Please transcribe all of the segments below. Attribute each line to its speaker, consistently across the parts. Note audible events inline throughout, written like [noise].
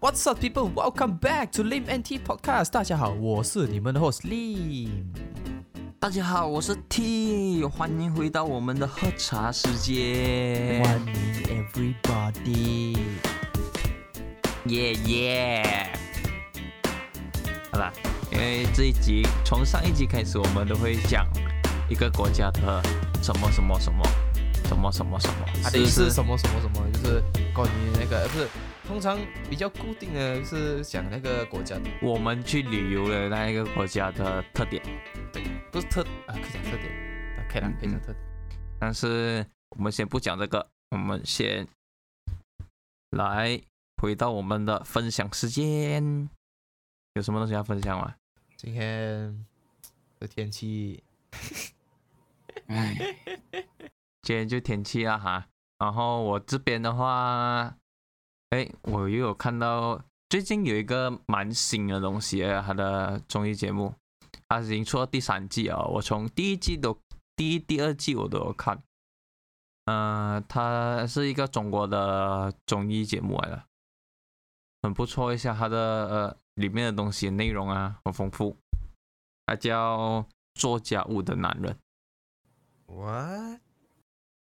Speaker 1: What's up, people? Welcome back to Lim NT Podcast。大家好，我是你们的 host Lim。
Speaker 2: 大家好，我是 T，欢迎回到我们的喝茶时间。
Speaker 1: 欢迎 everybody。
Speaker 2: 耶耶！好啦，因为这一集从上一集开始，我们都会讲一个国家的什么什么什么什么什么什么，
Speaker 1: 啊，
Speaker 2: 是
Speaker 1: 对，
Speaker 2: 不
Speaker 1: 是
Speaker 2: 是
Speaker 1: 什么什么什么？就是关于那个，呃不是通常比较固定的是讲那个国家的，
Speaker 2: 我们去旅游的那一个国家的特点。
Speaker 1: 对，不是特啊，可以讲特点，啊可以啦
Speaker 2: 嗯，
Speaker 1: 可以讲特点。
Speaker 2: 但是我们先不讲这个，我们先来回到我们的分享时间。有什么东西要分享吗？
Speaker 1: 今天的天气
Speaker 2: 哎， [laughs] 今天就天气啊哈。然后我这边的话，哎，我又有看到最近有一个蛮新的东西，啊它的综艺节目，它已经出到第三季啊。我从第一季都第一、第二季我都有看。呃，它是一个中国的综艺节目来的，很不错一下，它的呃里面的东西内容啊很丰富。它叫《做家务的男人》。
Speaker 1: ，what？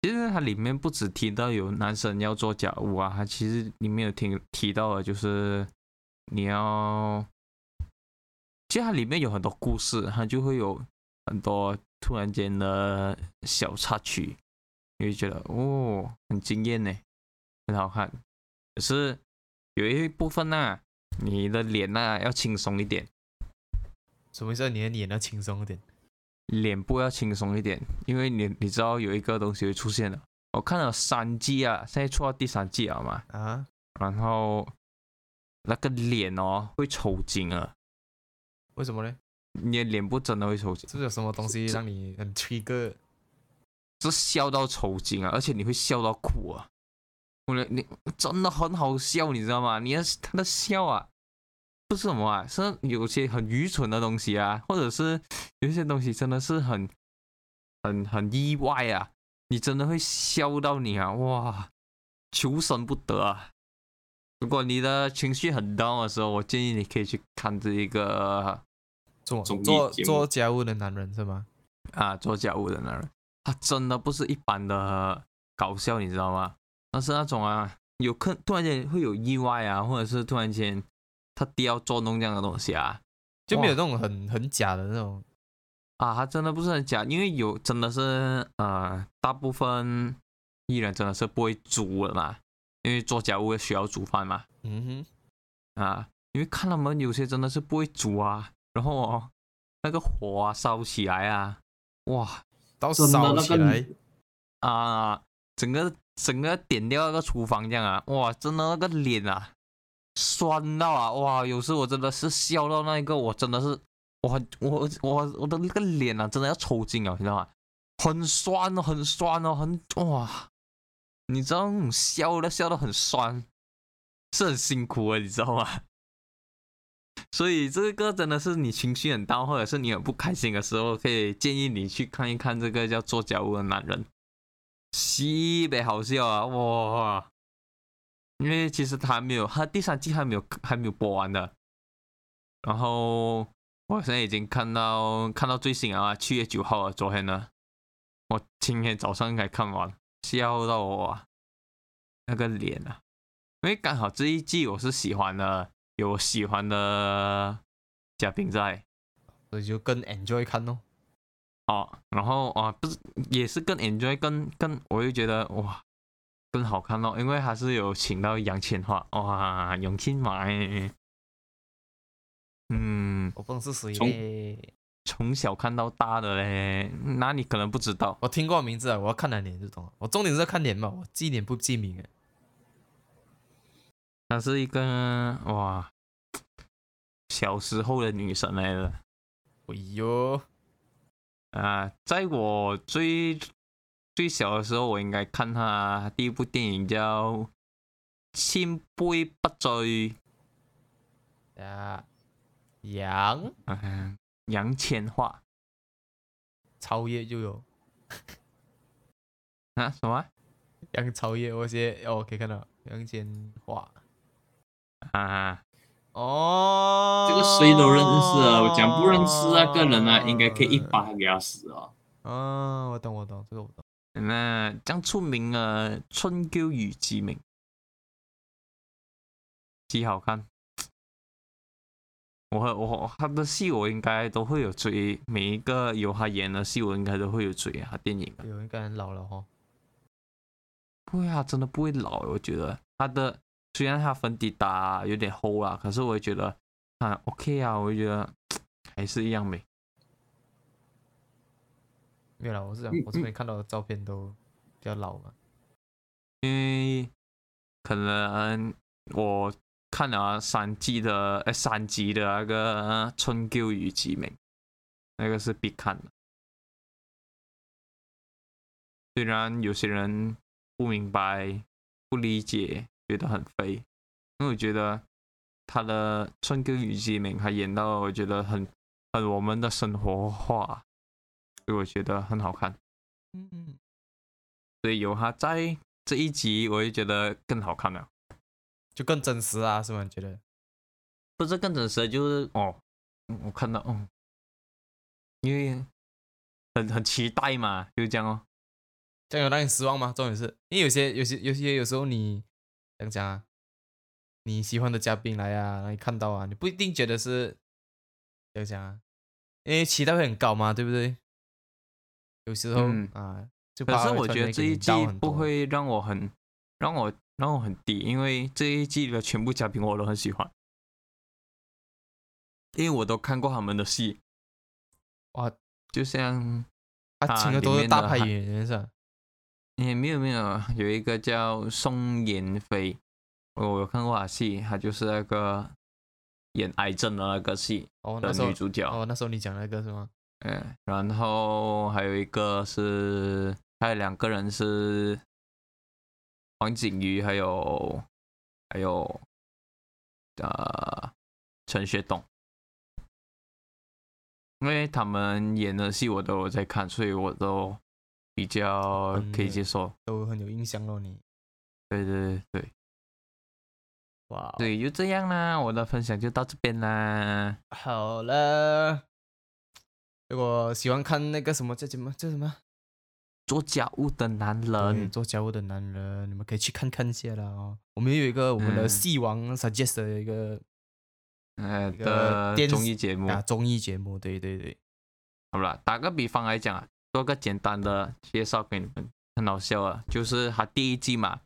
Speaker 2: 其实它里面不只提到有男生要做家务啊，它其实里面有提提到的就是你要，其实它里面有很多故事，它就会有很多突然间的小插曲，你会觉得哦很惊艳呢，很好看。可是有一部分呢、啊你的脸呐、要轻松一点，
Speaker 1: 什么意思？啊你的脸要轻松一点。
Speaker 2: 脸部要轻松一点，因为你你知道有一个东西会出现的。我看了三季啊，现在出到第三季了嘛，
Speaker 1: 啊，
Speaker 2: 然后那个脸哦会抽筋啊，
Speaker 1: 为什么呢？
Speaker 2: 你的脸部真的会抽筋，
Speaker 1: 是不是有什么东西
Speaker 2: 这
Speaker 1: 让你很 trigger？
Speaker 2: 是笑到抽筋啊，而且你会笑到哭啊。我的你真的很好笑，你知道吗？你的他的笑啊，不是什么啊，是有些很愚蠢的东西啊，或者是有一些东西真的是很很很意外啊，你真的会笑到你啊，哇，求神不得啊！如果你的情绪很 down 的时候，我建议你可以去看这一个
Speaker 1: 做
Speaker 2: 综艺
Speaker 1: 做
Speaker 2: 节目
Speaker 1: 做家务的男人是吗？
Speaker 2: 啊，做家务的男人，他真的不是一般的搞笑，你知道吗？但是那种啊，有可突然间会有意外啊，或者是突然间他爹要捉弄这样的东西啊，
Speaker 1: 就没有
Speaker 2: 哇
Speaker 1: 那种很很假的那种
Speaker 2: 啊，他真的不是很假，因为有真的是呃，大部分艺人真的是不会煮的嘛，因为做家务需要煮饭嘛，
Speaker 1: 嗯
Speaker 2: 啊，因为看他们有些真的是不会煮啊，然后哦，那个火啊烧起来啊，哇，
Speaker 1: 哼，到
Speaker 3: 真的
Speaker 1: 烧
Speaker 3: 那
Speaker 1: 起
Speaker 3: 个
Speaker 1: 来，
Speaker 2: 啊，整个整个点掉那个厨房这样啊，哇，真的那个脸啊，酸到啊，哇，有时我真的是笑到那一个，我真的是，我很我我我的那个脸啊，真的要抽筋啊，你知道吗？很酸哦，很酸哦，很哇，你知道那种笑的笑到很酸，是很辛苦的，你知道吗？ [laughs] 所以这个真的是你情绪很大，或者是你很不开心的时候，可以建议你去看一看这个叫《做家务的男人》。西北好笑啊，哇！因为其实他还没有，他第三季还没有还没有播完的。然后我现在已经看到看到最新啊，七月九号啊，昨天呢，我今天早上才看完，笑到我啊那个脸啊！因为刚好这一季我是喜欢的，有喜欢的嘉宾在
Speaker 1: 所以就更 enjoy 看哦。
Speaker 2: 哦，然后啊、哦不是也是更 enjoy 更更，我就觉得哇更好看咯，因为还是有请到杨千嬅哇，杨千嬅，嗯，
Speaker 1: 我不懂是谁
Speaker 3: 从
Speaker 1: 嘞，
Speaker 2: 从小看到大的嘞，那你可能不知道
Speaker 1: 我听过名字啊，我要看他脸就懂了。我重点是要看脸嘛，我记脸不记名啊。
Speaker 2: 她是一个哇小时候的女神来的。
Speaker 1: 哎呦，
Speaker 2: 啊，在我最最小的时候，我应该看他第一部电影叫《千杯不醉》，
Speaker 1: 呀，啊杨
Speaker 2: 嗯，杨千嬅
Speaker 1: 超越就有
Speaker 2: [laughs] 啊，什么
Speaker 1: 杨超越，我写哦，可以看到杨千嬅，
Speaker 2: 啊，
Speaker 1: 哦，
Speaker 3: 这个谁都认识啊，我讲不认识那个人啊，应该可以一巴给他死啊。
Speaker 1: 啊，我懂我懂，这个我懂。
Speaker 2: 那这样出名啊，春秋与鸡鸣，极好看。我和我他的戏我应该都会有追，每一个有他演的戏我应该都会有追啊，他电影啊。
Speaker 1: 有应该很老了哈。
Speaker 2: 不会啊，真的不会老欸，我觉得他的虽然他粉底打有点厚啦，可是我也觉得啊 OK 啊，我就觉得还是一样美。
Speaker 1: 没有啦，我是讲
Speaker 3: 嗯
Speaker 1: 我这边看到的照片都比较老嘛。
Speaker 2: 因为可能我看了三季的，呃，三集的那个《春秋与鸡鸣》，那个是必看的。虽然有些人不明白、不理解，觉得很废，因为我觉得他的《春秋与鸡鸣》他演到我觉得很很我们的生活化，所以我觉得很好看。
Speaker 1: 嗯嗯，
Speaker 2: 所以有他在这一集，我就觉得更好看了。啊
Speaker 1: 就更真实啊，是吗？你觉得？
Speaker 2: 不是更真实，就是哦，嗯我看到，嗯，因为很很期待嘛，就这样哦。
Speaker 1: 这样有让你失望吗？重点是因为有些、有些、有些有时候你怎样讲啊？你喜欢的嘉宾来啊，然后你看到啊，你不一定觉得是怎样讲啊，因为期待会很高嘛，对不对？有时候、
Speaker 2: 嗯
Speaker 1: 啊，就
Speaker 2: 可
Speaker 1: 怕
Speaker 2: 是
Speaker 1: 会
Speaker 2: 我
Speaker 1: 突然
Speaker 2: 觉得
Speaker 1: 间
Speaker 2: 这
Speaker 1: 给
Speaker 2: 一
Speaker 1: 你
Speaker 2: 季
Speaker 1: down 很
Speaker 2: 不
Speaker 1: 多
Speaker 2: 会让我很让我让我很低，因为这一季的全部嘉宾我都很喜欢，因为我都看过他们的戏，
Speaker 1: 哇，
Speaker 2: 就像
Speaker 1: 他啊请的
Speaker 2: 里
Speaker 1: 都是
Speaker 2: 面
Speaker 1: 大
Speaker 2: 的
Speaker 1: 牌
Speaker 2: 还
Speaker 1: 演员是吧？
Speaker 2: 也没有没有，有一个叫宋妍霏，我有看过她戏，她就是那个演癌症的那个戏
Speaker 1: 哦，
Speaker 2: 的
Speaker 1: 那时候
Speaker 2: 女主角。
Speaker 1: 哦，那时候你讲那个是吗？
Speaker 2: 嗯，然后还有一个是，还有两个人是黄景瑜，还有还有呃陈学冬，因为他们演的戏我都有在看，所以我都比较可以接受。
Speaker 1: 都很有印象咯，你
Speaker 2: 对对对对，
Speaker 1: 哇哦
Speaker 2: 对，就这样啦，我的分享就到这边啦。
Speaker 1: 好了，如果喜欢看那个什么叫什么叫什么？
Speaker 2: 做家务的男
Speaker 1: 对
Speaker 2: 人，
Speaker 1: 做家务的男人，你们可以去看看一下啦哦。我们有一个我们的
Speaker 2: 嗯
Speaker 1: 戏王 suggest 的一个、
Speaker 2: 呃
Speaker 1: 一个
Speaker 2: 的
Speaker 1: 电视
Speaker 2: 综艺节目
Speaker 1: 啊综艺节目，对对对，
Speaker 2: 好了，打个比方来讲啊，做个简单的介绍给你们，很好笑啊，就是他第一季嘛，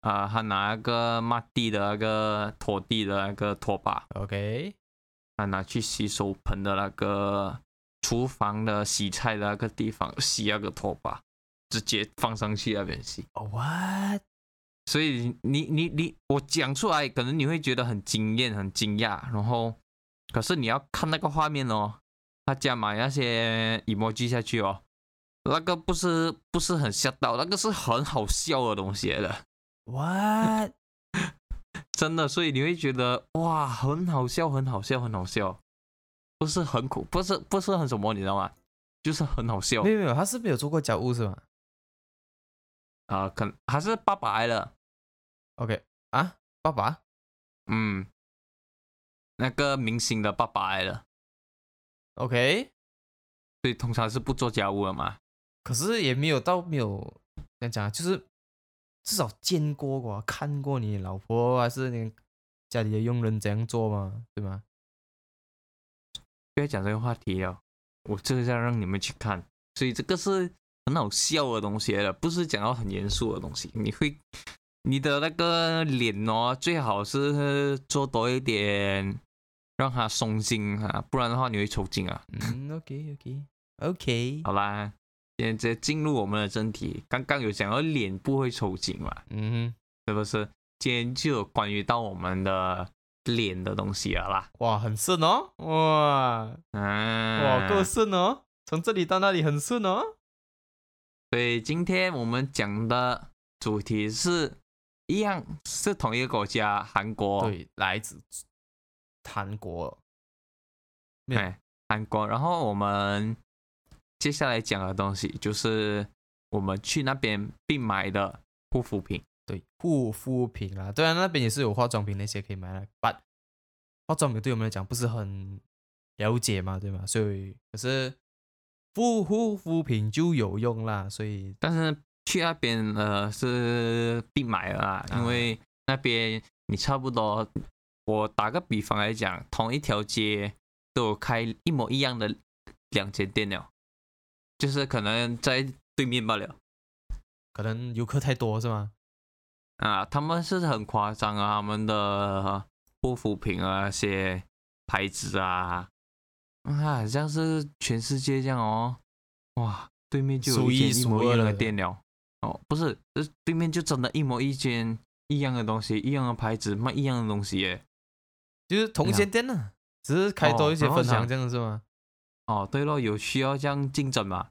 Speaker 2: 啊、他拿那个抹地的那个拖地的那个拖把，
Speaker 1: OK，
Speaker 2: 他拿去洗手盆的那个厨房的洗菜的那个地方洗那个拖把，直接放上去那边洗。
Speaker 1: 哦、what？
Speaker 2: 所以你你你我讲出来，可能你会觉得很惊艳、很惊讶，然后可是你要看那个画面哦，他加码那些 emoji 下去哦，那个不是不是很吓到，那个是很好笑的东西来的， [laughs]
Speaker 1: What？
Speaker 2: 真的，所以你会觉得哇，很好笑，很好笑，很好笑，不是很苦，不是不是很什么，你知道吗？就是很好笑
Speaker 1: 没有没有，他是没有做过家务是吧
Speaker 2: 啊、可能还是爸爸来了。
Speaker 1: ？OK 啊，爸爸
Speaker 2: 嗯，那个明星的爸爸来了，
Speaker 1: OK，
Speaker 2: 所以通常是不做家务的嘛。
Speaker 1: 可是也没有到没有怎样讲啊，就是至少见过过啊，看过你老婆啊还是你家里的佣人怎样做嘛，对吗？
Speaker 2: 不要讲这个话题了，我就是要让你们去看，所以这个是很好笑的东西来的，不是讲到很严肃的东西。你会，你的那个脸哦，最好是做多一点，让它松筋啊，不然的话你会抽筋啊。
Speaker 1: 嗯，OK OK OK，
Speaker 2: 好啦，现在直接进入我们的正题，刚刚有讲到脸部会抽筋嘛，
Speaker 1: 嗯
Speaker 2: 是不是？今天就有关于到我们的脸的东西了啦。
Speaker 1: 哼，哇，很顺哦，哇。
Speaker 2: 嗯，
Speaker 1: 哇，够顺哦，从这里到那里很顺哦。
Speaker 2: 所以今天我们讲的主题是一样，是同一个国家，韩国。，
Speaker 1: 对，来自韩国。没有
Speaker 2: 哎，韩国。然后我们接下来讲的东西就是我们去那边必买的护肤品。
Speaker 1: 对，护肤品啦，对啊，那边也是有化妆品那些可以买啦。But 化妆品对我们来讲不是很了解嘛，对吗？所以可是护护肤品就有用啦，所以
Speaker 2: 但是去那边呃是必买的啦，
Speaker 1: 啊
Speaker 2: 因为那边你差不多，我打个比方来讲，同一条街都有开一模一样的两间店了，就是可能在对面罢了
Speaker 1: 可能游客太多是吗？
Speaker 2: 啊。他们是很夸张啊，他们的护肤品啊那些牌子啊，啊，好像是全世界这样哦，哇，对面就有
Speaker 1: 数一
Speaker 2: 一间一
Speaker 1: 数
Speaker 2: 模一样
Speaker 1: 二
Speaker 2: 的
Speaker 1: 的
Speaker 2: 店了。哦，不是，是对面就真的一模一间一样的东西，一样的牌子卖一样的东西耶。
Speaker 1: 就是同一间店呢、只是开多一些
Speaker 2: 啊哦然后
Speaker 1: 分行
Speaker 2: 想
Speaker 1: 这样是吗？
Speaker 2: 哦，对咯，有需要这样竞争嘛？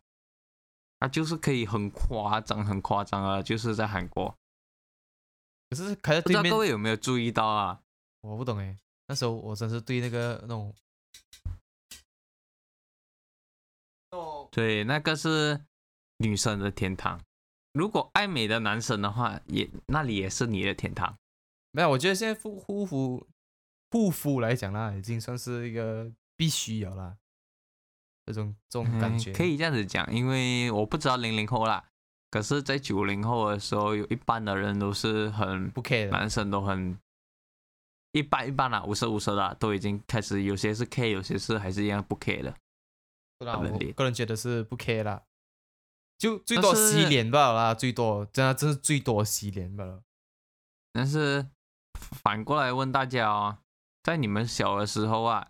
Speaker 2: 啊，就是可以很夸张、很夸张啊，就是在韩国，
Speaker 1: 可是开在
Speaker 2: 不知
Speaker 1: 对
Speaker 2: 道
Speaker 1: 面
Speaker 2: 各，位有没有注意到啊？
Speaker 1: 我不懂哎。那时候我真是对那个那种那种
Speaker 2: 对，那个是女生的天堂。如果爱美的男生的话，也那里也是你的天堂。
Speaker 1: 没有，我觉得现在护护肤护肤来讲啦，已经算是一个必须有啦，这种这种感
Speaker 2: 嗯
Speaker 1: 觉、
Speaker 2: 可以这样子讲，因为我不知道零零后啦，可是，在九零后的时候，有一半的人都是很
Speaker 1: 不 care 的。
Speaker 2: 男生都很一半一半啦，五十五十啦，都已经开始有些是 K，有些是还是一样不 K 的。
Speaker 1: 不然
Speaker 2: 不能
Speaker 1: 我
Speaker 2: 脸
Speaker 1: 个人觉得是不 care 啦，就最
Speaker 2: 但
Speaker 1: 多
Speaker 2: 是
Speaker 1: 洗脸罢了啦，最多真的真是最多洗脸罢了。
Speaker 2: 但是反过来问大家哦，在你们小的时候啊，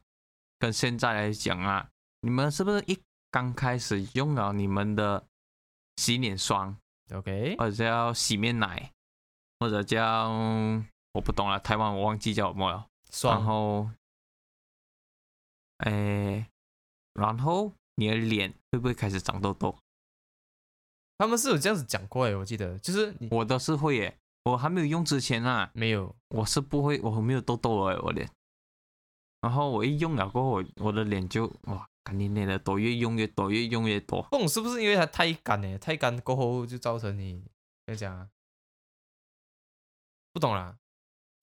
Speaker 2: 跟现在来讲啊，你们是不是一刚开始用了你们的洗脸霜，
Speaker 1: OK，
Speaker 2: 或者叫洗面奶，或者叫我不懂了，台湾我忘记叫什么了。然
Speaker 1: 爽
Speaker 2: 后，哎，然后你的脸会不会开始长痘痘？
Speaker 1: 他们是有这样子讲过诶，我记得就是你
Speaker 2: 我倒是会耶，我还没有用之前啊，
Speaker 1: 没有
Speaker 2: 我是不会，我没有痘痘哎，我脸。然后我一用了过后，我我的脸就哇，赶紧脸的多，越用越多，越用越多。
Speaker 1: 不懂是不是因为它太干呢？太干过后就造成你怎样讲啊？不懂啦。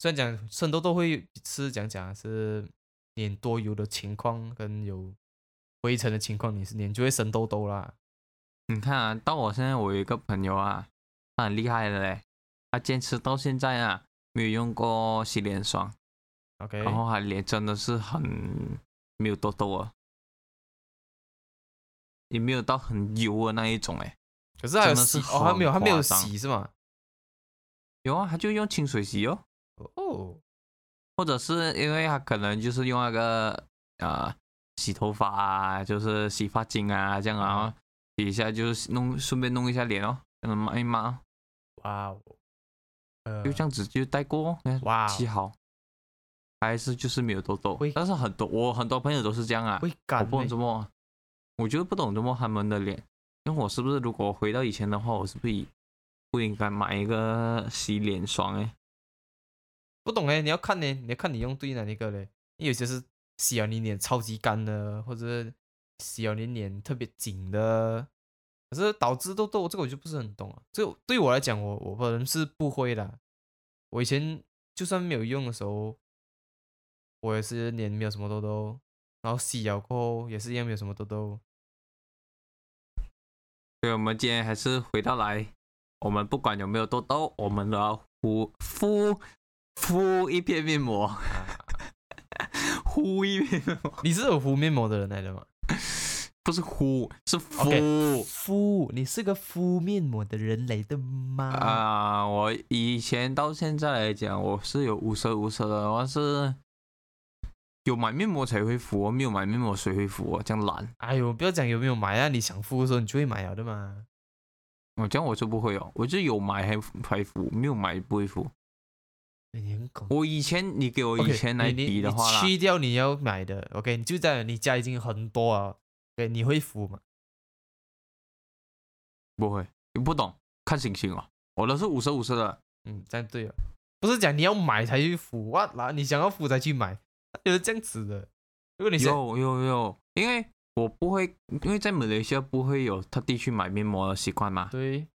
Speaker 1: 虽然讲生痘痘会是讲讲啊是脸多油的情况跟有灰尘的情况，你是脸就会生痘痘啦。
Speaker 2: 你看啊，到我现在，我有一个朋友啊，他很厉害的嘞，他坚持到现在啊，没有用过洗脸霜，
Speaker 1: OK，
Speaker 2: 然后他脸真的是很没有痘痘啊，也没有到很油的那一种哎。
Speaker 1: 可是还有
Speaker 2: 真的是
Speaker 1: 洗哦，还没有还
Speaker 2: 很
Speaker 1: 没有
Speaker 2: 夸张
Speaker 1: 洗是吗？
Speaker 2: 有啊，他就用清水洗哦。
Speaker 1: 哦，
Speaker 2: 或者是因为他可能就是用那个呃洗头发啊，就是洗发精啊这样啊，然后洗一下就是弄顺便弄一下脸哦，嗯抹一抹哦，
Speaker 1: 哇哦，呃，
Speaker 2: 就这样子就带过哦，嗯
Speaker 1: 哇哦，
Speaker 2: 洗好，还是就是没有痘痘
Speaker 1: 会。
Speaker 2: 但是很多我很多朋友都是这样啊，
Speaker 1: 会
Speaker 2: 我
Speaker 1: 干欸
Speaker 2: 不懂
Speaker 1: 咩
Speaker 2: 怎么，我就不懂怎么他们的脸，因为我是不是如果回到以前的话，我是不是不应该买一个洗脸霜诶？
Speaker 1: 不懂哎，你要看呢，你要看你用对哪一个嘞？因为有些是洗了你脸超级干的，或者是洗了你脸特别紧的，可是导致痘痘这个我就不是很懂啊。这个对我来讲，我我本人是不会的啊。我以前就算没有用的时候，我也是脸没有什么痘痘，然后洗了过后也是一样没有什么痘痘。
Speaker 2: 所以我们今天还是回到来，我们不管有没有痘痘，我们都要敷敷敷一片面膜， [laughs] 敷一片面膜，
Speaker 1: 你是有敷面膜的人来的吗？
Speaker 2: 不是敷，是敷。
Speaker 1: OK 敷，你是个敷面膜的人来的吗？
Speaker 2: 啊、我以前到现在来讲，我是有无色无色的，我是有买面膜才会敷哦，没有买面膜谁会敷哦？这样懒，
Speaker 1: 哎呦，不要讲有没有买啊，你想敷的时候你就会买了的嘛。
Speaker 2: 我这样我就不会哦，我就有买还还敷，没有买不会敷。
Speaker 1: 你很狗。
Speaker 2: 我以前你给我以前来比的话啦
Speaker 1: 你你去掉你要买的，OK，你就在你家已经很多了，OK，你会敷吗？
Speaker 2: 不会，你不懂，看心情哦。我都是五十五十的，
Speaker 1: 嗯，这样对了，不是讲你要买才去敷，哇啦，你想要敷才去买，有这样子的。如果你想
Speaker 2: 有有有，因为我不会，因为在马来西亚啊不会有特地去买面膜的习惯嘛。
Speaker 1: 对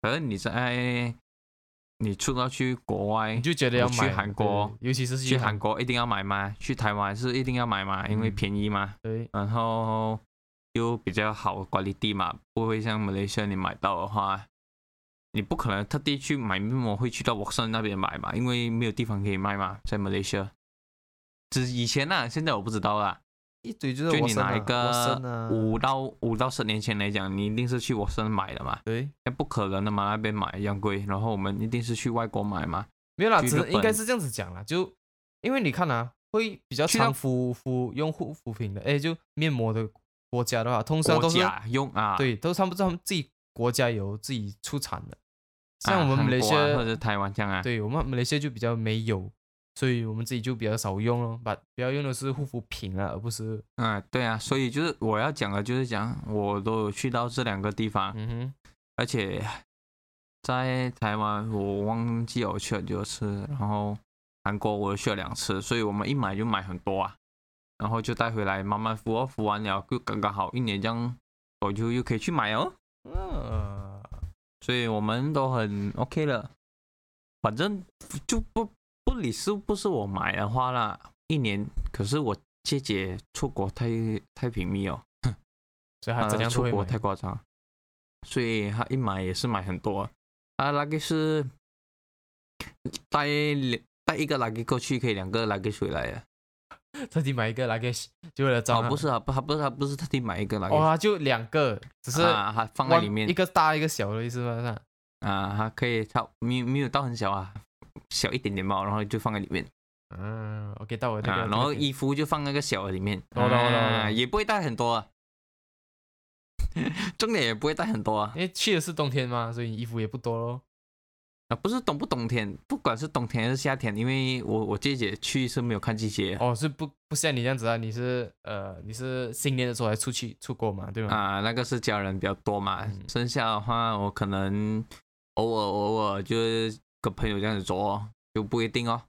Speaker 2: 可是你在你出到去国外，
Speaker 1: 你就觉得要
Speaker 2: 哎我
Speaker 1: 买
Speaker 2: 去韩国
Speaker 1: 对尤其是
Speaker 2: 去韩，国一定要买嘛，去台湾是一定要买嘛，因为
Speaker 1: 嗯
Speaker 2: 便宜嘛，
Speaker 1: 对，
Speaker 2: 然后又比较好管理地嘛，不会像马来西亚你买到的话，你不可能特地去买面膜会去到沃森那边买嘛，因为没有地方可以卖嘛，在马来西亚。只是以前呐、现在我不知道啦。
Speaker 1: 一堆就是
Speaker 2: 就
Speaker 1: 我
Speaker 2: 你
Speaker 1: 生
Speaker 2: 拿
Speaker 1: 啊
Speaker 2: 一
Speaker 1: 我生
Speaker 2: 个
Speaker 1: 啊
Speaker 2: 五到五到十年前来讲，你一定是去沃森买的嘛，
Speaker 1: 对，
Speaker 2: 那不可能的嘛，那边买一样贵。然后我们一定是去外国买嘛，
Speaker 1: 没有啦，
Speaker 2: 去
Speaker 1: 只
Speaker 2: 日
Speaker 1: 是应该
Speaker 2: 本
Speaker 1: 是这样子讲啦，就因为你看啊，会比较
Speaker 2: 去到
Speaker 1: 常敷敷用护肤品的，哎，就面膜的国家的话，通常
Speaker 2: 国
Speaker 1: 都是
Speaker 2: 家用啊，
Speaker 1: 对，都是他们是他们自己国家有自己出产的，
Speaker 2: 啊，
Speaker 1: 像我们
Speaker 2: 韩
Speaker 1: 马来
Speaker 2: 国
Speaker 1: 西亚
Speaker 2: 啊或者台湾这样啊，
Speaker 1: 对我们马来西亚就比较没有，所以我们自己就比较少用咯，把比较用的是护肤品啊，而不是
Speaker 2: 嗯，对啊，所以就是我要讲的，就是讲我都有去到这两个地方，
Speaker 1: 嗯哼，
Speaker 2: 而且在台湾我忘记我去了几次，然后韩国我又去了两次，所以我们一买就买很多啊，然后就带回来慢慢敷哦，敷完了就刚刚好一年这样，我就又可以去买哦，
Speaker 1: 嗯，
Speaker 2: 所以我们都很 OK 了，反正就不不理是不是我买的话啦，一年可是我姐姐出国太太频密哦。
Speaker 1: 所以他怎样都
Speaker 2: 啊呃出
Speaker 1: 会
Speaker 2: 国
Speaker 1: 买
Speaker 2: 太夸张，所以他一买也是买很多。啊，那个是带两带一个 l u 过去，可以两个 l u 回来的。
Speaker 1: 特地买一个 luggage 就为了找、
Speaker 2: 哦，不是啊，不，他不是他不是特地买一个 l
Speaker 1: 哦，
Speaker 2: u
Speaker 1: 它就两个，只是
Speaker 2: 啊，他放在
Speaker 1: one-
Speaker 2: 里面
Speaker 1: 一个大一个小的意思吗？是吧
Speaker 2: 啊，他可以，他没有没有到很小啊，小一点点吧，然后就放在里面
Speaker 1: 嗯，OK，到我那
Speaker 2: 啊
Speaker 1: 个，，
Speaker 2: 然
Speaker 1: 那
Speaker 2: 后
Speaker 1: 个
Speaker 2: 衣服就放那个小的里面，
Speaker 1: 哦懂懂懂
Speaker 2: 啊
Speaker 1: 懂
Speaker 2: 也不会带很多啊， [laughs] 重点也不会带很多啊
Speaker 1: 因。为去的是冬天嘛，所以衣服也不多咯。
Speaker 2: 啊，不是冬不冬天，不管是冬天还是夏天，因为我我姐姐去是没有看季节
Speaker 1: 哦，是不不像你这样子啊，你是呃你是新年的时候还出去出国嘛，对吗？
Speaker 2: 啊，那个是家人比较多嘛，
Speaker 1: 嗯
Speaker 2: 剩下的话我可能偶尔偶尔就是跟朋友这样子走哦，就不一定哦，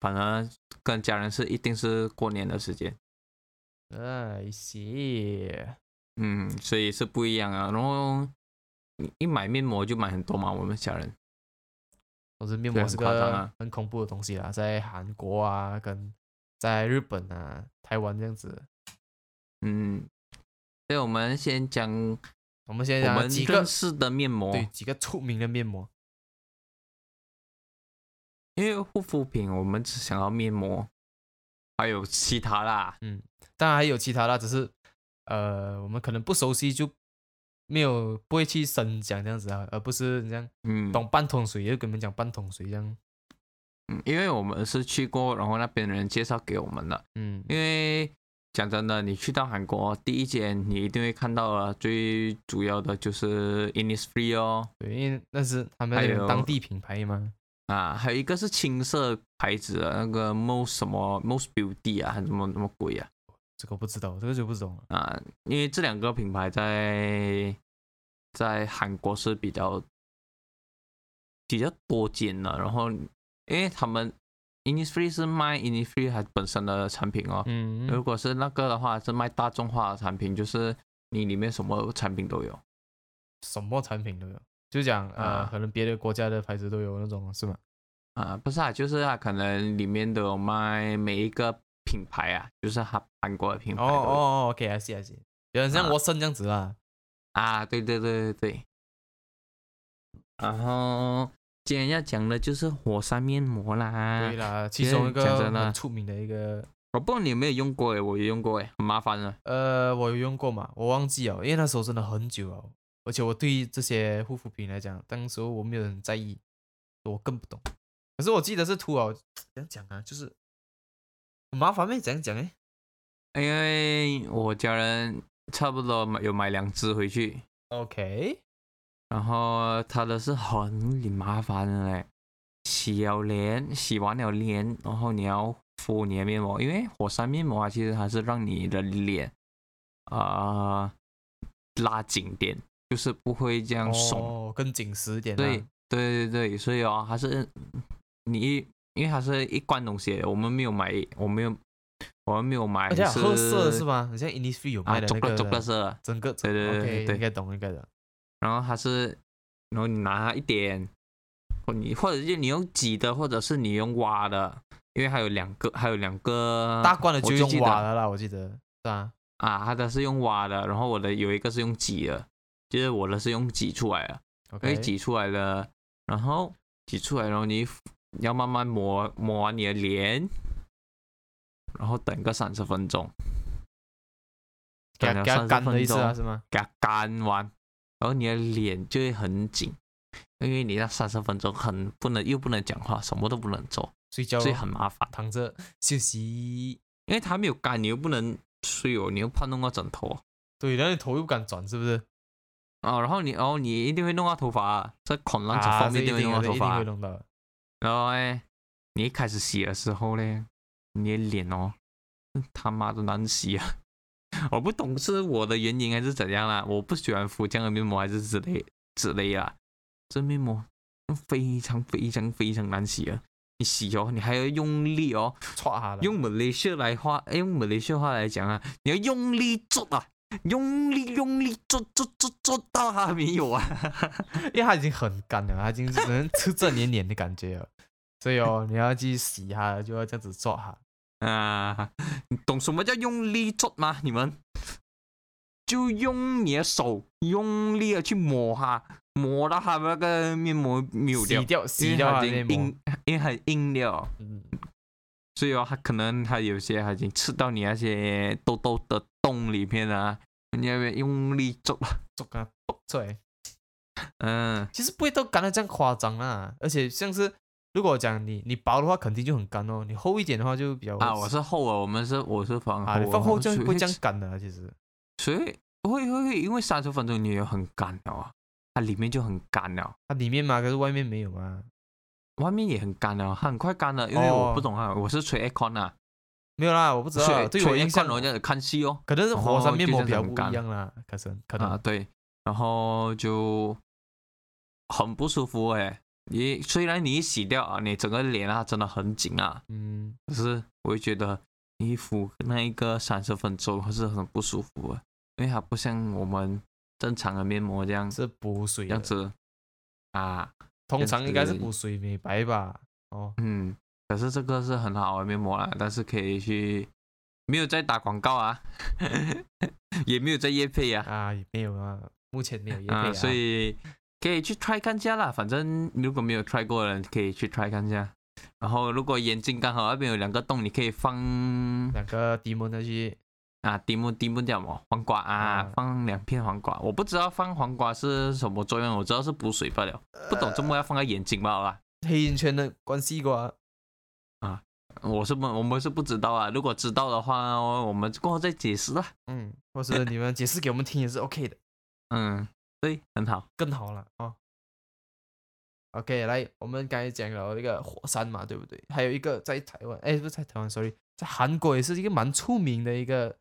Speaker 2: 反正跟家人是一定是过年的时间，啊
Speaker 1: 哎、行，
Speaker 2: 嗯，所以是不一样啊。然后一买面膜就买很多嘛，我们家人
Speaker 1: 总之面
Speaker 2: 对
Speaker 1: 膜
Speaker 2: 很
Speaker 1: 是
Speaker 2: 夸张
Speaker 1: 个
Speaker 2: 啊
Speaker 1: 很恐怖的东西啦，在韩国啊，跟在日本啊、台湾这样子。
Speaker 2: 嗯，所以我们先讲哎我
Speaker 1: 我们先讲
Speaker 2: 们
Speaker 1: 几个
Speaker 2: 认识的面膜，
Speaker 1: 对几个出名的面膜，
Speaker 2: 因为护肤品我们只想要面膜，还有其他啦。
Speaker 1: 当然还有其他啦，只是呃我们可能不熟悉就没有不会去深讲这样子啊，而不是你这样
Speaker 2: 嗯，
Speaker 1: 懂半桶水就跟你们讲半桶水这样。
Speaker 2: 嗯，因为我们是去过，然后那边人介绍给我们的。
Speaker 1: 嗯，
Speaker 2: 因为讲真的，你去到韩国第一间，你一定会看到的，最主要的就是 Innisfree 哦，
Speaker 1: 对，因为那是他们
Speaker 2: 还
Speaker 1: 那边
Speaker 2: 有
Speaker 1: 当地品牌嘛。
Speaker 2: 啊，还有一个是青色牌子的那个 Most 什么 Most Beauty 啊，还是什么什么鬼啊
Speaker 1: 这个我不知道，这个就不懂了。
Speaker 2: 啊，因为这两个品牌在在韩国是比较比较多见的，然后因为他们 Innisfree 是卖 Innisfree 它本身的产品哦，
Speaker 1: 嗯，
Speaker 2: 如果是那个的话，是卖大众化的产品，就是你里面什么产品都有。
Speaker 1: 什么产品都有，就讲呃，
Speaker 2: 啊
Speaker 1: 可能别的国家的牌子都有那种，是吗？
Speaker 2: 啊，不是啊，就是它可能里面都有卖每一个品牌啊，就是韩韩国的品牌
Speaker 1: 哦
Speaker 2: 都有
Speaker 1: 哦哦，OK，I see I see，有点像
Speaker 2: 啊
Speaker 1: 沃森这样子啦。
Speaker 2: 啊，对对对对对。然后今天要讲的就是火山面膜啦。
Speaker 1: 对啦，其
Speaker 2: 啊其
Speaker 1: 中
Speaker 2: 实
Speaker 1: 一个
Speaker 2: 讲真的
Speaker 1: 很出名的一个，
Speaker 2: 我不知道你有没有用过诶，我也用过诶，很麻烦的。
Speaker 1: 呃，我有用过嘛，我忘记了，因为那时候真的很久了，而且我对这些护肤品来讲，当时候我没有很在意，我更不懂。可是我记得是涂了，怎样讲啊，就是很麻烦呗，怎样讲诶？
Speaker 2: 因为我家人差不多买有买两只回去，
Speaker 1: OK，
Speaker 2: 然后他的是很麻烦的嘞，洗了脸，洗完了脸，然后你要敷你的面膜，因为火山面膜啊，其实它是让你的脸啊、拉紧点，就是不会这样松。
Speaker 1: 哦，更紧实一点、啊。
Speaker 2: 对对对对，所以哦，它是你一，因为它是一罐东西，我们没有买，我没有，我们没有买
Speaker 1: 而
Speaker 2: 是
Speaker 1: 且褐色的是吗？好像 Innisfree 有
Speaker 2: 啊，
Speaker 1: 卖的
Speaker 2: 竹
Speaker 1: 那
Speaker 2: 了
Speaker 1: 个
Speaker 2: 竹
Speaker 1: 的，
Speaker 2: 了色的。
Speaker 1: 整个
Speaker 2: 对对对
Speaker 1: OK，
Speaker 2: 对
Speaker 1: 应该懂应该懂。
Speaker 2: 然后它是，然后你拿它一点，或你或者就你用挤的，或者是你用挖的，因为还有两个，还有两个
Speaker 1: 大罐的就
Speaker 2: 啊我记
Speaker 1: 用
Speaker 2: 得
Speaker 1: 瓦了啦，我记得是吧？
Speaker 2: 啊，他的是用挖的，然后我的有一个是用挤的，就是我的是用挤出来的，可以
Speaker 1: OK，
Speaker 2: 挤出来的，然后挤出来，然后你你要慢慢抹抹完你的脸，然后等个三十分钟，
Speaker 1: 给它
Speaker 2: 等了
Speaker 1: 给它
Speaker 2: 30
Speaker 1: 干的
Speaker 2: 分
Speaker 1: 意思啊，
Speaker 2: 钟
Speaker 1: 是吗？
Speaker 2: 给它干完，然后你的脸就会很紧，因为你那三十分钟很不能又不能讲话，什么都不能做，
Speaker 1: 睡觉
Speaker 2: 所以
Speaker 1: 咯
Speaker 2: 很麻烦。
Speaker 1: 躺着休息。
Speaker 2: 因为它没有干，你又不能睡哦，你又怕弄到枕头哦
Speaker 1: 对，然后你头又不敢转，是不是？
Speaker 2: 哦，然后你哦你一定会弄到头发啊，在捆浪这
Speaker 1: 啊
Speaker 2: 方
Speaker 1: 这
Speaker 2: 面
Speaker 1: 一定
Speaker 2: 会弄
Speaker 1: 的
Speaker 2: 到
Speaker 1: 这
Speaker 2: 头
Speaker 1: 一
Speaker 2: 发
Speaker 1: 定
Speaker 2: 啊
Speaker 1: 会。弄
Speaker 2: [laughs]
Speaker 1: 到的。
Speaker 2: 然后哎，你一开始洗的时候嘞，你的脸哦，他妈的难洗啊！ [laughs] 我不懂是我的原因还是怎样啦，我不喜欢敷这样的面膜还是之类之类啊，这面膜非常非常非常难洗啊！你洗哦，你还要用力哦，
Speaker 1: 歘下了，
Speaker 2: 用 Malaysia 来话，哎用 Malaysia 话来讲啊，你要用力做啊，用力用力做做做做到它没有啊！
Speaker 1: 因为它已经很干了，它已经只能吃这黏黏的感觉了。所以哦，你要去洗它，就要这样子抓它。
Speaker 2: 啊，你懂什么叫用力做吗？你们就用你的手用力的去磨它，磨到它那个面膜没有掉
Speaker 1: 洗，掉
Speaker 2: 因
Speaker 1: 洗
Speaker 2: 为
Speaker 1: 掉
Speaker 2: 它
Speaker 1: 它
Speaker 2: 已
Speaker 1: 的
Speaker 2: 经
Speaker 1: 面膜。
Speaker 2: 硬，因为很硬了，
Speaker 1: 嗯，
Speaker 2: 所以哦，它可能它有些它已经刺到你那些痘痘的洞里面啊，你要不要用力做啊？
Speaker 1: 抓它剁出来。
Speaker 2: 嗯，
Speaker 1: 其实不会到干的这样夸张啦，而且像是如果讲你你薄的话，肯定就很干哦。你厚一点的话就比较
Speaker 2: 啊，我是厚啊，我们是我是防厚
Speaker 1: 啊，你放厚就
Speaker 2: 水
Speaker 1: 不会这样干的啦。其实
Speaker 2: 所以会会会，因为三十分钟你也很干了啊，它里面就很干了。
Speaker 1: 它里面嘛，可是外面没有啊嘛。
Speaker 2: 外面也很干了，它很快干了，因为
Speaker 1: 哦
Speaker 2: 我不懂啊，我是吹 aircon 啊，
Speaker 1: 没有啦，我不知道，
Speaker 2: 吹
Speaker 1: 对我
Speaker 2: 吹
Speaker 1: 影
Speaker 2: aircon
Speaker 1: 响
Speaker 2: 然后这样子看戏哦，
Speaker 1: 可能是火山面膜比较不
Speaker 2: 哦
Speaker 1: 一样啦，可能可
Speaker 2: 啊
Speaker 1: 能
Speaker 2: 对，然后就很不舒服哎、你虽然你一洗掉啊，你整个脸啊真的很紧啊，
Speaker 1: 嗯，
Speaker 2: 可是我会觉得你敷那一个三十分钟还是很不舒服的，因为它不像我们正常的面膜这样
Speaker 1: 是补水的
Speaker 2: 这样，子啊，
Speaker 1: 通常应该是补水美白吧。哦，
Speaker 2: 嗯，可是这个是很好的面膜啦，但是可以去，没有在打广告啊， [laughs] 也没有在夜配啊，
Speaker 1: 啊也没有啊，目前没有液配
Speaker 2: 啊，
Speaker 1: 啊，
Speaker 2: 所以可以去 try 看一下啦。反正如果没有 try 过的人，可以去 try 看一下。然后如果眼睛刚好那边有两个洞，你可以放
Speaker 1: 两个迪蒙的去
Speaker 2: 啊，蒂木蒂木叫什么？黄瓜啊，
Speaker 1: 啊
Speaker 2: 放两片黄瓜。我不知道放黄瓜是什么作用，我知道是补水罢了，不懂怎么要放在眼睛罢了。
Speaker 1: 呃黑眼圈的关系啊瓜，
Speaker 2: 我是不，我们是不知道啊。如果知道的话，我们过后再解释啦。
Speaker 1: 嗯，或是你们解释给我们听也是 OK 的。
Speaker 2: 嗯，对，很好。
Speaker 1: 更好了啊、OK，来，我们刚才讲了那个火山嘛，对不对？还有一个在台湾，哎，不是在台湾，sorry，在韩国也是一个蛮出名的一个，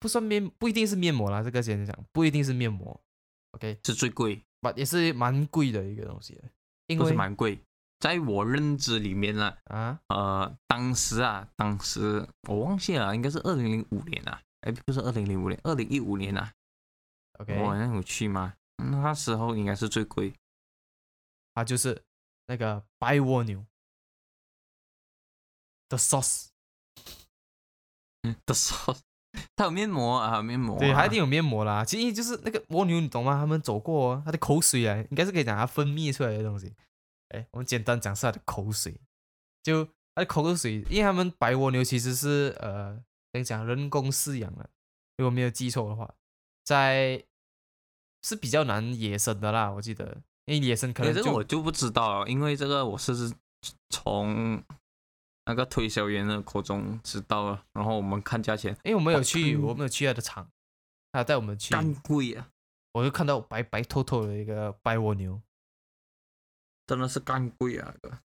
Speaker 1: 不算面，不一定是面膜啦，这个先讲，不一定是面膜，OK，
Speaker 2: 是最贵，
Speaker 1: 把也是蛮贵的一个东西，因
Speaker 2: 不是
Speaker 1: 为
Speaker 2: 蛮贵。在我认知里面呢，
Speaker 1: 啊，
Speaker 2: 呃，当时啊，当时我忘记了，应该是二零零五年啊，哎，不是二零零五年，二零一五年啊，
Speaker 1: OK，
Speaker 2: 我好像有去吗？那时候应该是最贵，
Speaker 1: 它就是那个白蜗牛的 sauce，
Speaker 2: 嗯，的时候， [laughs] 它有面膜啊，有面膜啊、
Speaker 1: 对，它一定有面膜啦。其实就是那个蜗牛，你懂吗？它们走过、哦，它的口水啊，应该是可以讲它分泌出来的东西。哎，我们简单讲是它的口水，就它的口水，因为它们白蜗牛其实是呃，怎样讲人工饲养的，如果没有记错的话，在是比较难野生的啦，我记得，因为野生可
Speaker 2: 哎
Speaker 1: 能
Speaker 2: 这个
Speaker 1: 就
Speaker 2: 我就不知道了，因为这个我是从那个推销员的口中知道了，然后我们看价钱，
Speaker 1: 因为我们有去，
Speaker 2: 嗯
Speaker 1: 我们有去它的厂，他带我们去，
Speaker 2: 干贵啊，
Speaker 1: 我就看到白白透透的一个白蜗牛，
Speaker 2: 真的是干贵啊，这个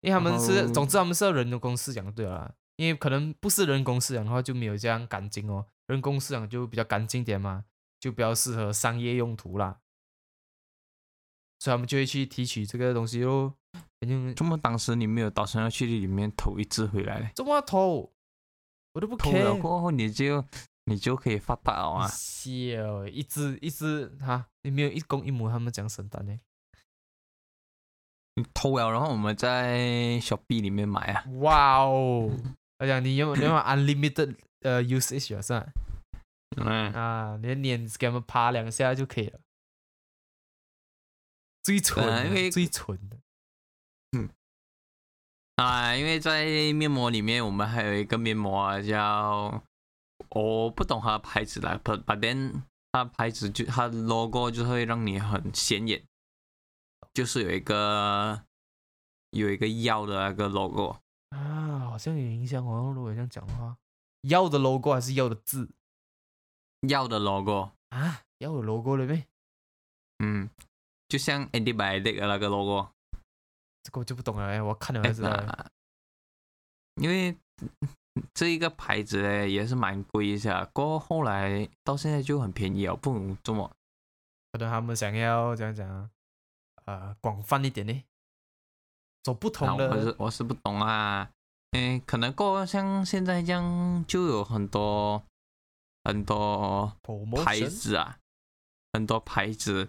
Speaker 1: 因为他们是
Speaker 2: 然，后
Speaker 1: 总之他们是要人工饲养就对了啦，因为可能不是人工饲养的话就没有这样干净哦，人工饲养就比较干净点嘛，就比较适合商业用途啦，所以他们就会去提取这个东西咯。反正
Speaker 2: 这么当时你没有打算要去里面投一只回来嘞？
Speaker 1: 这么偷，我都不
Speaker 2: 偷了
Speaker 1: care，
Speaker 2: 过后你就你就可以发达了啊！
Speaker 1: 笑，一只一只哈，你没有一公一母，他们讲生蛋呢？
Speaker 2: 你偷了，然后我们在小 B 里面买啊，
Speaker 1: 哇哦！我讲你用你用 unlimited 呃 usage 了是吧？
Speaker 2: 嗯，
Speaker 1: 啊，你的脸给他们啪两下就可以了。最蠢
Speaker 2: 本来因
Speaker 1: 的，
Speaker 2: 为
Speaker 1: 最蠢的，
Speaker 2: 啊，因为在面膜里面，我们还有一个面膜啊，叫我不懂它的牌子啦，but but then 它的牌子就它的 logo 就会让你很显眼，就是有一个有一个药的那个 logo，
Speaker 1: 啊，好像有影响哦。如果这样讲的话，要的 logo 还是要的字
Speaker 2: 药的 logo，
Speaker 1: 啊？要的 logo 了呗？
Speaker 2: 嗯，就像 antibiotic 的那个 logo，
Speaker 1: 这个我就不懂了哎，我要看了才
Speaker 2: 哎 [laughs]
Speaker 1: 知道哎。
Speaker 2: 那因为这一个牌子嘞也是蛮贵一下，过后后来到现在就很便宜了，啊不懂这么。
Speaker 1: 可能他们想要怎样讲啊？呃，广泛一点呢，走不
Speaker 2: 那
Speaker 1: 同
Speaker 2: 我
Speaker 1: 的
Speaker 2: 是我是不懂啊，诶，可能过后像现在这样就有很多很多
Speaker 1: promotion
Speaker 2: 牌子啊，很多牌子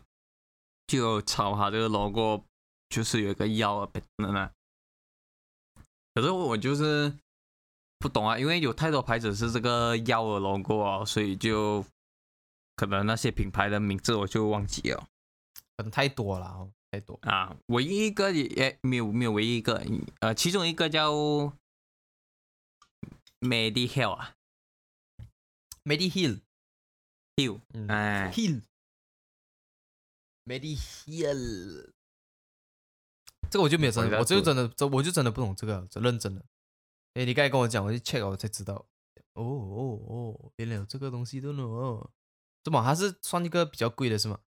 Speaker 2: 就有抄它这个 logo，就是有一个腰啊，那可是我就是不懂啊，因为有太多牌子是这个腰的 logo 哦，所以就可能那些品牌的名字我就忘记了。
Speaker 1: 可能太多了哦，太多。
Speaker 2: 啊，唯一一个也也没有没有唯一一个，呃，其中一个叫 Medihill 啊
Speaker 1: Medi Hill，
Speaker 2: ，Hill，
Speaker 1: 嗯
Speaker 2: 哎，
Speaker 1: Hill，Medi Hill，这个我就没有真的，我
Speaker 2: 我觉得
Speaker 1: 就真的，这我就真的不懂这个，真认真的。哎，你刚才跟我讲，我去 check 了我才知道。哦哦哦，原来有这个东西的呢。哦怎么它是算一个比较贵的是吗？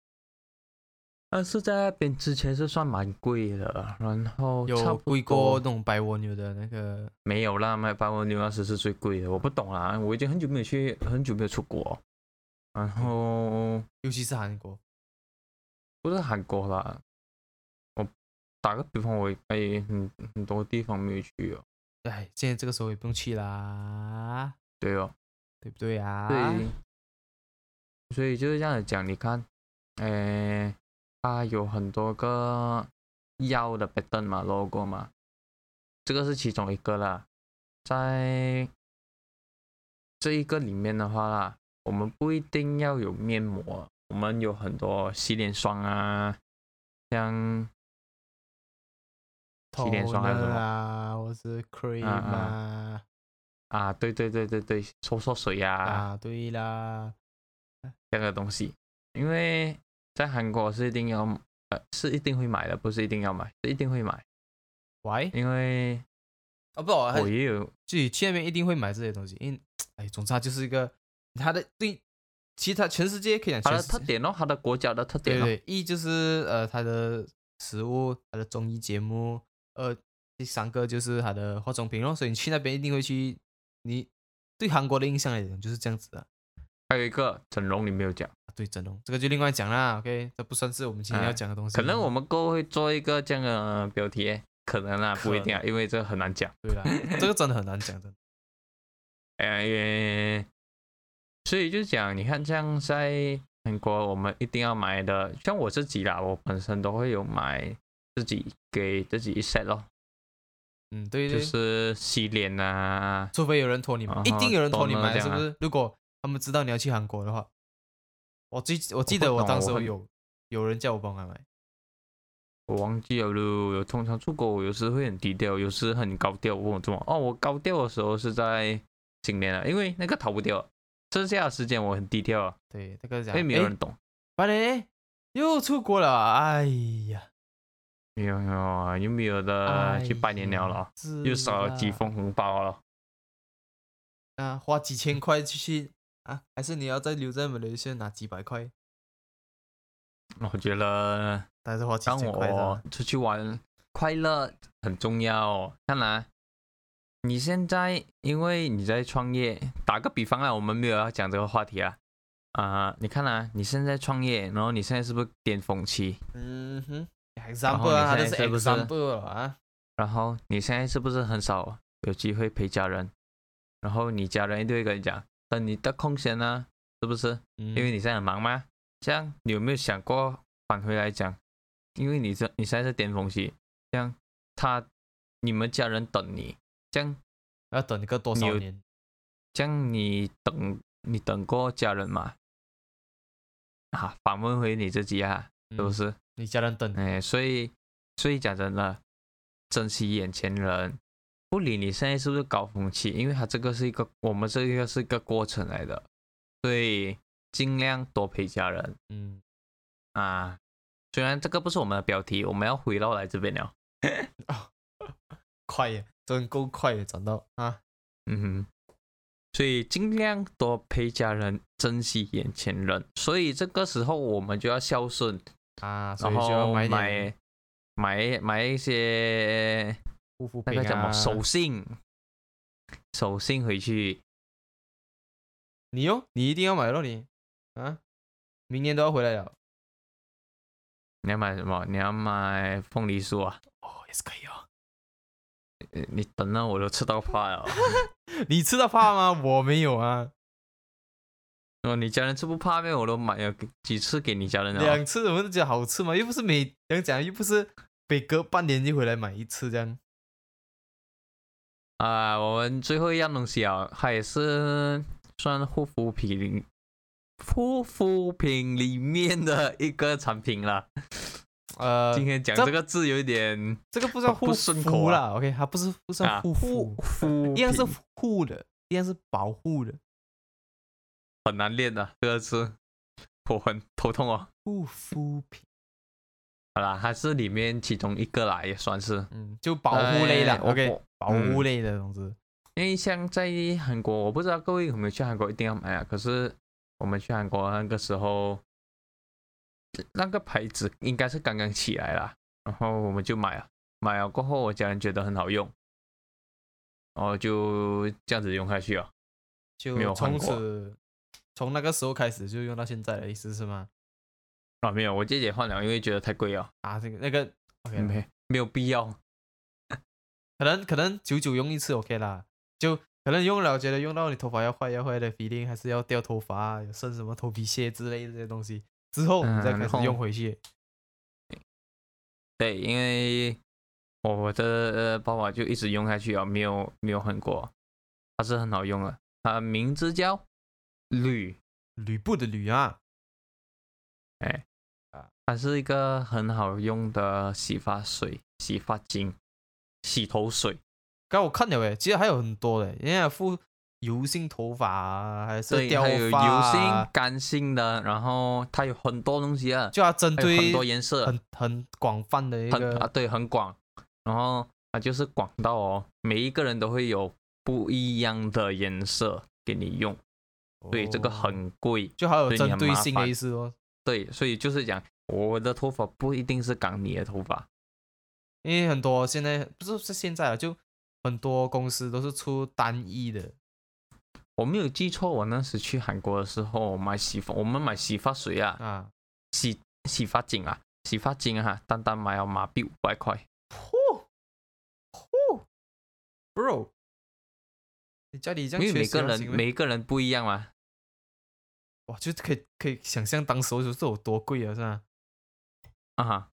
Speaker 2: 但啊是在那边之前是算蛮贵的，然后哦差
Speaker 1: 有
Speaker 2: 不
Speaker 1: 贵过
Speaker 2: 多
Speaker 1: 那种白蜗牛的那个
Speaker 2: 没有啦，卖八文牛那时是最贵的，我不懂啦，我已经很久没有去，很久没有出国，然后
Speaker 1: 尤其是韩国，
Speaker 2: 不是韩国啦，我打个比方，我哎很很多地方没有去哦，
Speaker 1: 哎，现在这个时候也不用去啦，
Speaker 2: 对哦，
Speaker 1: 对不对啊？
Speaker 2: 对，所以就是这样子讲，你看，诶，它有很多个腰的 pattern 嘛，logo 嘛，这个是其中一个啦。在这一个里面的话啦，我们不一定要有面膜，我们有很多洗脸霜啊，像洗脸霜还有什么
Speaker 1: 啊，我是 cream
Speaker 2: 啊
Speaker 1: 啊，
Speaker 2: 啊，对对对对对，搓搓水呀、
Speaker 1: 啊，对啦，
Speaker 2: 这个东西，因为在韩国是一定要呃是一定会买的，不是一定要买，是一定会买，
Speaker 1: 喂，
Speaker 2: 因为
Speaker 1: 啊不，还
Speaker 2: 我也有
Speaker 1: 自己去那边一定会买这些东西，因为哎，总之它就是一个它的对，其实它全世界可以讲
Speaker 2: 它
Speaker 1: 全
Speaker 2: 的
Speaker 1: 世
Speaker 2: 特
Speaker 1: 界，
Speaker 2: 点哦，它的国家的特
Speaker 1: 对
Speaker 2: 点哦，
Speaker 1: 对，一就是呃它的食物，它的综艺节目，呃第三个就是它的化妆品咯，所以你去那边一定会去，你对韩国的印象来讲就是这样子的。啊
Speaker 2: 还有一个整容你没有讲，
Speaker 1: 对整容，这个就另外讲啦。OK，这不算是我们今天要
Speaker 2: 哎
Speaker 1: 讲的东西。
Speaker 2: 可能我们过后会做一个这样的标题耶，可能啊
Speaker 1: 可
Speaker 2: 不一定啊，因为这个很难讲，哎
Speaker 1: 对啦，这个真的很难讲，真的。
Speaker 2: 呃，所以就讲你看像在韩国我们一定要买的，像我自己啦，我本身都会有买自己给自己一 set 咯，
Speaker 1: 嗯，
Speaker 2: [laughs]
Speaker 1: 对
Speaker 2: 就
Speaker 1: 对，
Speaker 2: 是洗脸啊。
Speaker 1: 除非有人托你买
Speaker 2: 啊，
Speaker 1: 一定有人托你
Speaker 2: 懂了
Speaker 1: 买，
Speaker 2: 这
Speaker 1: 是
Speaker 2: 样啊
Speaker 1: 不是？如果他们知道你要去韩国的话，我记我记
Speaker 2: 不
Speaker 1: 得我
Speaker 2: 懂啊
Speaker 1: 当
Speaker 2: 我
Speaker 1: 时
Speaker 2: 很
Speaker 1: 有有人叫我帮他买，
Speaker 2: 我忘记了咯。有通常出国，我有时会很低调，有时很高调。我问我怎么？哦，我高调的时候是在今年啊了，因为那个逃不掉。剩下的时间我很低调啊，
Speaker 1: 对，这个
Speaker 2: 因
Speaker 1: 讲，
Speaker 2: 为没有人懂。
Speaker 1: 完嘞，又出国了啊，哎呀，
Speaker 2: 没有没有啊，又没有的
Speaker 1: 哎
Speaker 2: 去拜年了
Speaker 1: 呀
Speaker 2: 了，，
Speaker 1: 是啊
Speaker 2: 又少了几
Speaker 1: 啦
Speaker 2: 封红包了。
Speaker 1: 啊，花几千块去去啊，还是你要再留在马来西亚拿几百块，
Speaker 2: 我觉得
Speaker 1: 但是花几
Speaker 2: 让
Speaker 1: 千块
Speaker 2: 我
Speaker 1: 的，
Speaker 2: 出去玩，快乐很重要、看来你现在因为你在创业，打个比方啊，我们没有要讲这个话题啊。啊、你看啊，你现在创业，然后你现在是不是巅峰期？
Speaker 1: 嗯哼
Speaker 2: 然
Speaker 1: ，example
Speaker 2: 后你
Speaker 1: 啊，它都
Speaker 2: 现
Speaker 1: 是
Speaker 2: 在是不是
Speaker 1: example 了啊。
Speaker 2: 然后你现在是不是很少有机会陪家人？然后你家人一定会跟你讲，等你的空闲呢、是不是？
Speaker 1: 因
Speaker 2: 因为你现在很忙吗？这样你有没有想过返回来讲？因为你这你现在是巅峰期，这样他你们家人等你，这样
Speaker 1: 要等个多
Speaker 2: 你
Speaker 1: 少
Speaker 2: 有
Speaker 1: 年？
Speaker 2: 这样你等你等过家人吗？啊，反问回你自己啊，是不
Speaker 1: 嗯
Speaker 2: 是？
Speaker 1: 你家人等你，
Speaker 2: 哎，所以所以讲真的，珍惜眼前人，不理你现在是不是高峰期，因为它这个是一个我们这个是一个过程来的，所以尽量多陪家人
Speaker 1: 嗯，
Speaker 2: 啊。虽然这个不是我们的标题，我们要回到来这边了。
Speaker 1: 快耶，真够快耶，转到啊，
Speaker 2: 嗯哼，所以尽量多陪家人，珍惜眼前人。所以这个时候我们就要孝顺，
Speaker 1: 啊，所
Speaker 2: 然
Speaker 1: 以就要
Speaker 2: 后
Speaker 1: 买点
Speaker 2: 买买买一些
Speaker 1: 护肤
Speaker 2: 那
Speaker 1: 品
Speaker 2: 个叫什
Speaker 1: 啊。
Speaker 2: 么手信，手信回去。
Speaker 1: 你哦，你一定要买咯你啊，明年都要回来了。
Speaker 2: 你要买什么？你要买凤梨酥啊？
Speaker 1: 哦，也是可以哦。
Speaker 2: 呃你等到我都吃到怕了。 [laughs]
Speaker 1: 你吃的怕吗？我没有 [laughs] 啊，
Speaker 2: 哦，你家人吃不怕咩？我都买了几次给你家人了。
Speaker 1: 两次我们都觉得好吃嘛，又不是每怎样讲，又不是每隔半年就回来买一次这样。
Speaker 2: 啊、我们最后一样东西啊，它也是算护肤品里护肤品里面的一个产品啦。
Speaker 1: 呃，
Speaker 2: 今天讲
Speaker 1: 这
Speaker 2: 这个字有一点
Speaker 1: 这个不算护
Speaker 2: 不顺口
Speaker 1: 肤
Speaker 2: 啊
Speaker 1: 啦，OK，它不是不算
Speaker 2: 啊
Speaker 1: 护
Speaker 2: 护
Speaker 1: 肤，
Speaker 2: 肤
Speaker 1: 一样是
Speaker 2: 品
Speaker 1: 护的，一样是保护的
Speaker 2: 很难练的这个字，我很头痛哦。
Speaker 1: 护肤品，
Speaker 2: 好啦，它是里面其中一个啦，也算是
Speaker 1: 嗯，就保护类的
Speaker 2: 哎我
Speaker 1: ，OK，嗯
Speaker 2: 我
Speaker 1: 保护类的东西。
Speaker 2: 因为像在韩国，我不知道各位有没有去韩国一定要买啊。可是我们去韩国那个时候，那个牌子应该是刚刚起来啦，然后我们就买了，买了过后我家人觉得很好用，然后就这样子用下去啊了。没
Speaker 1: 就
Speaker 2: 有换
Speaker 1: 从
Speaker 2: 过啊
Speaker 1: 此从那个时候开始就用到现在的意思是吗？
Speaker 2: 啊，没有，我姐姐换了，因为觉得太贵了，
Speaker 1: 啊，这个那个 OK，啦
Speaker 2: 没没有必要。
Speaker 1: 可能可能久久用一次 OK 啦，就可能用了觉得用到你头发要坏要坏的 feeling，还是要掉头发啊，有剩什么头皮屑之类的这些东西，之后你再
Speaker 2: 嗯
Speaker 1: 开
Speaker 2: 然后
Speaker 1: 始用回去。
Speaker 2: 对，因为我我的呃爸爸就一直用下去啊，没有没有换过，它是很好用的，它名字叫铝。
Speaker 1: 吕布的吕啊，
Speaker 2: 它是一个很好用的洗发水、洗发精、洗头水。
Speaker 1: 刚我看了诶，其实还有很多的，人家敷油性头发啊，还是
Speaker 2: 对，
Speaker 1: 掉
Speaker 2: 它有
Speaker 1: 发
Speaker 2: 油
Speaker 1: 啊、
Speaker 2: 性、干性的，然后它有很多东西啊，
Speaker 1: 就要针
Speaker 2: 还有很
Speaker 1: 对
Speaker 2: 多颜色，
Speaker 1: 很很广泛的一
Speaker 2: 很啊
Speaker 1: 个，
Speaker 2: 对，很广。然后它就是广到哦，每一个人都会有不一样的颜色给你用，所以这个
Speaker 1: 哦
Speaker 2: 很贵。
Speaker 1: 就还有
Speaker 2: 对你
Speaker 1: 针
Speaker 2: 很
Speaker 1: 对
Speaker 2: 麻
Speaker 1: 性的
Speaker 2: 烦
Speaker 1: 意思哦。
Speaker 2: 对，所以就是讲我的头发不一定是港你的头发，
Speaker 1: 因为很多现在不是是现在了，就很多公司都是出单一的，
Speaker 2: 我没有记错，我那时去韩国的时候我买洗发，我们买洗发水啊，
Speaker 1: 啊，
Speaker 2: 洗洗发精啊，洗发精啊，单单买了马币五百块，
Speaker 1: 嚯嚯，bro，你家里这
Speaker 2: 因
Speaker 1: 样
Speaker 2: 为
Speaker 1: 缺水
Speaker 2: 每个
Speaker 1: 到
Speaker 2: 人
Speaker 1: 行咩
Speaker 2: 每个人不一样嘛。
Speaker 1: 哇，就可以可以想象当时候是有多贵啊，是吧？
Speaker 2: 啊哈，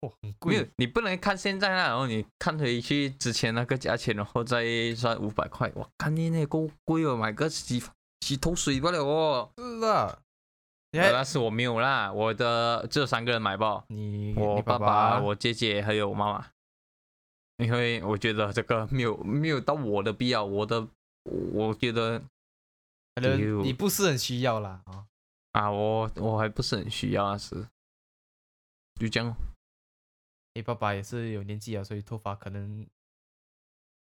Speaker 1: 哇，很
Speaker 2: 没有
Speaker 1: 贵，，
Speaker 2: 你不能看现在那，然后你看回去之前那个价钱，然后再算五百块，哇，看你那够贵哦，买个洗洗头水不了哦。
Speaker 1: 是啦，你
Speaker 2: 啊
Speaker 1: 还
Speaker 2: 但是我没有啦，我的只有三个人买吧，
Speaker 1: 你
Speaker 2: 我
Speaker 1: 你爸啊
Speaker 2: 爸、我姐姐还有我妈妈，因为我觉得这个没有没有到我的必要，我的我觉得
Speaker 1: 可能
Speaker 2: 丢
Speaker 1: 你不是很需要啦啊。
Speaker 2: 啊，我我还不是很需要那时，就这样咯。
Speaker 1: 你爸爸也是有年纪啊，所以头发可能，